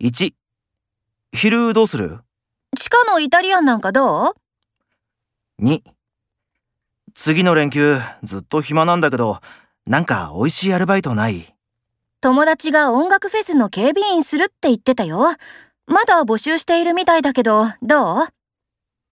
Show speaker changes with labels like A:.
A: 1、昼どうする
B: 地下のイタリアンなんかどう
A: ?2、次の連休ずっと暇なんだけど、なんか美味しいアルバイトない
B: 友達が音楽フェスの警備員するって言ってたよ。まだ募集しているみたいだけど、どう